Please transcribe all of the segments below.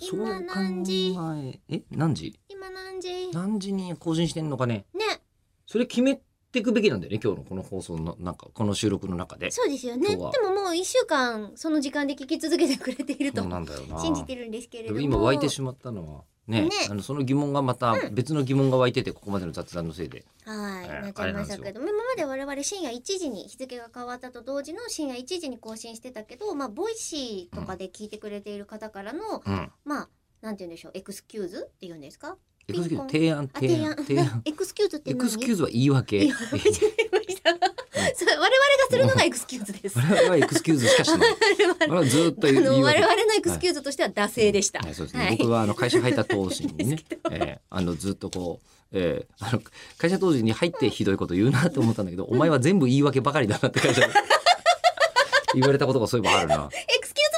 そう今何時考ええ何時今何時ね何時に更新してんのかねそれ決めていくべきなんだよね今日のこの放送のなんかこの収録の中でそうですよねで今日もはもう一週間その時間で聞き続けてくれているとそうなんだよな信じてるんですけれでどもも今湧いてしまったのはねねあのその疑問がまた別の疑問が湧いててここまでの雑談のせいではい、えーなっちゃいましたけども今まで我々深夜1時に日付が変わったと同時の深夜1時に更新してたけどまあボイシーとかで聞いてくれている方からの、うんまあなんて言うんでしょうエクスキューズって言うんですかエクスキューズピ提案あ提案提案エクスキューズって エ何クスキューズは言い訳いや間違えましたそう我々がするのがエクスキューズで す我々はエクスキューズしかしない我我々々はずーっと あ言のい我訳々のエクスキューズとしては惰性でした。はい、そうですね。僕はあの会社入った当時にでねすけど、えーあのずっとこう、えーあの会社当時に入ってひどいこと言うなと思ったんだけど、お前は全部言い訳ばかりだなって会 社で言われたことがそういえばあるな。エクスキュ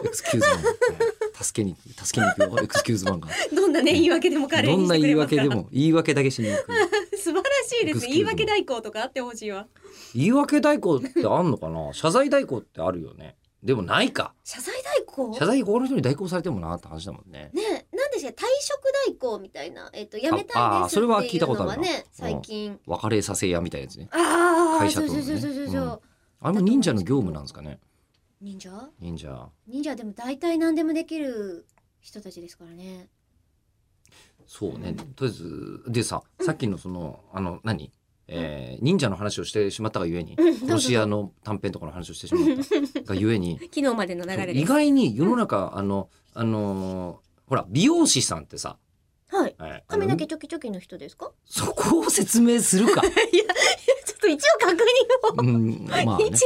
エクスキューズマン、えー助けに助けに行くよエクスキューズマンが。ーズどんなね言い訳でも彼どにんしなてく言れいます訳からでも言い訳だけしに行く。 素晴らしいですね Excuse me 言い訳代行とかあってほしいわ言い訳代行ってあんのかな？謝罪代行ってあるよね。でもないか。謝罪代行謝罪この人に代行されてもなって話だもんね。ね何でしたっけ退職代行みたいなえっ、と辞めたあいあでーすそっていれうのはは聞いたことあるなね最近別れさせ屋みたいなやつね。ああ会そ社うとそのうねそうそうそうそうあれも忍者の業務なんですかね。忍者忍者。忍者でも大体何でもできる人たちですからねそうね、とりあえずでささっきのそのあの何、えー忍者の話をしてしまったがゆえにうん殺し屋の短編とかの話をしてしまったがゆえに昨日までの 流れ意です外に世の中あのあのーほら美容師さんってさ、はいえー髪の毛あのチョキチョキの人です かそこを説明す るか、ちょっと一応確認を、うん、まあね 一応ね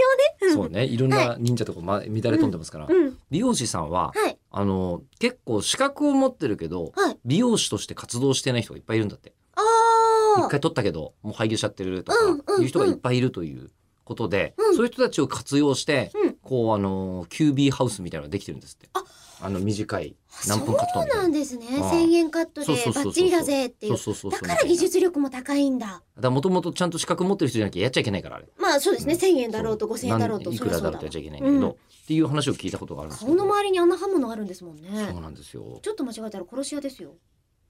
そうねいろんな忍者とか、ま、乱れ飛んでますから、うん美容師さんははいあの結構資格を持ってるけどはい美容師として活動してない人がいっぱいいるんだって。あ一あ回取ったけどもう廃業しちゃってるとうんうんかうんいう人がいっぱいいるということで、うんそういう人たちを活用して、うんこうあのーキュービーハウスみたいなのができてるんですってああの短いそ何分カットうみたいなんですねああ1000円カットでそうそうそうそうバッチリだぜっていそううそうそうそだうから技術力も高いんだだもともとちゃんと資格持ってる人じゃなきゃやっちゃいけないからあれまあそうですね1000円だろうとそう5000円だろうと何いそくりらゃそだうろうとだやっちゃいけないんだけど、うんっていう話を聞いたことがあるんですけ顔どの周りにあんな刃物あるんですもんそうねなんですよちょっと間違えたら殺し屋ですよ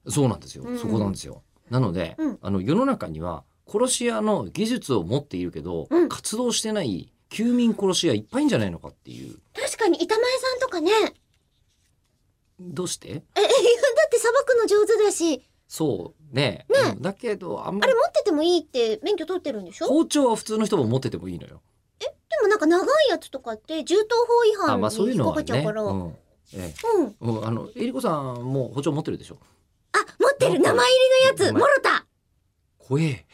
そうなんですよ、うんそこなんですよなので、うんあの世の中には殺し屋の技術を持っているけど、うん活動してない休眠殺し屋いっぱいいんじゃないのかっていう確かに板前さんとかねええいやだ どうしてってさばくの上手だしそうねねうんだけどあんまあれり持っててもいいって免許取ってるんでしょで包丁は普通の人も持っててもいいのよ。もなんか長いやつとかって銃刀法違あ反まあそういにう引のっかかはっちゃうね。から、うんええうん、うん、あのえりこさんも包丁持ってるでしょ。あ持ってる名前入りのやつ名前もろた怖え。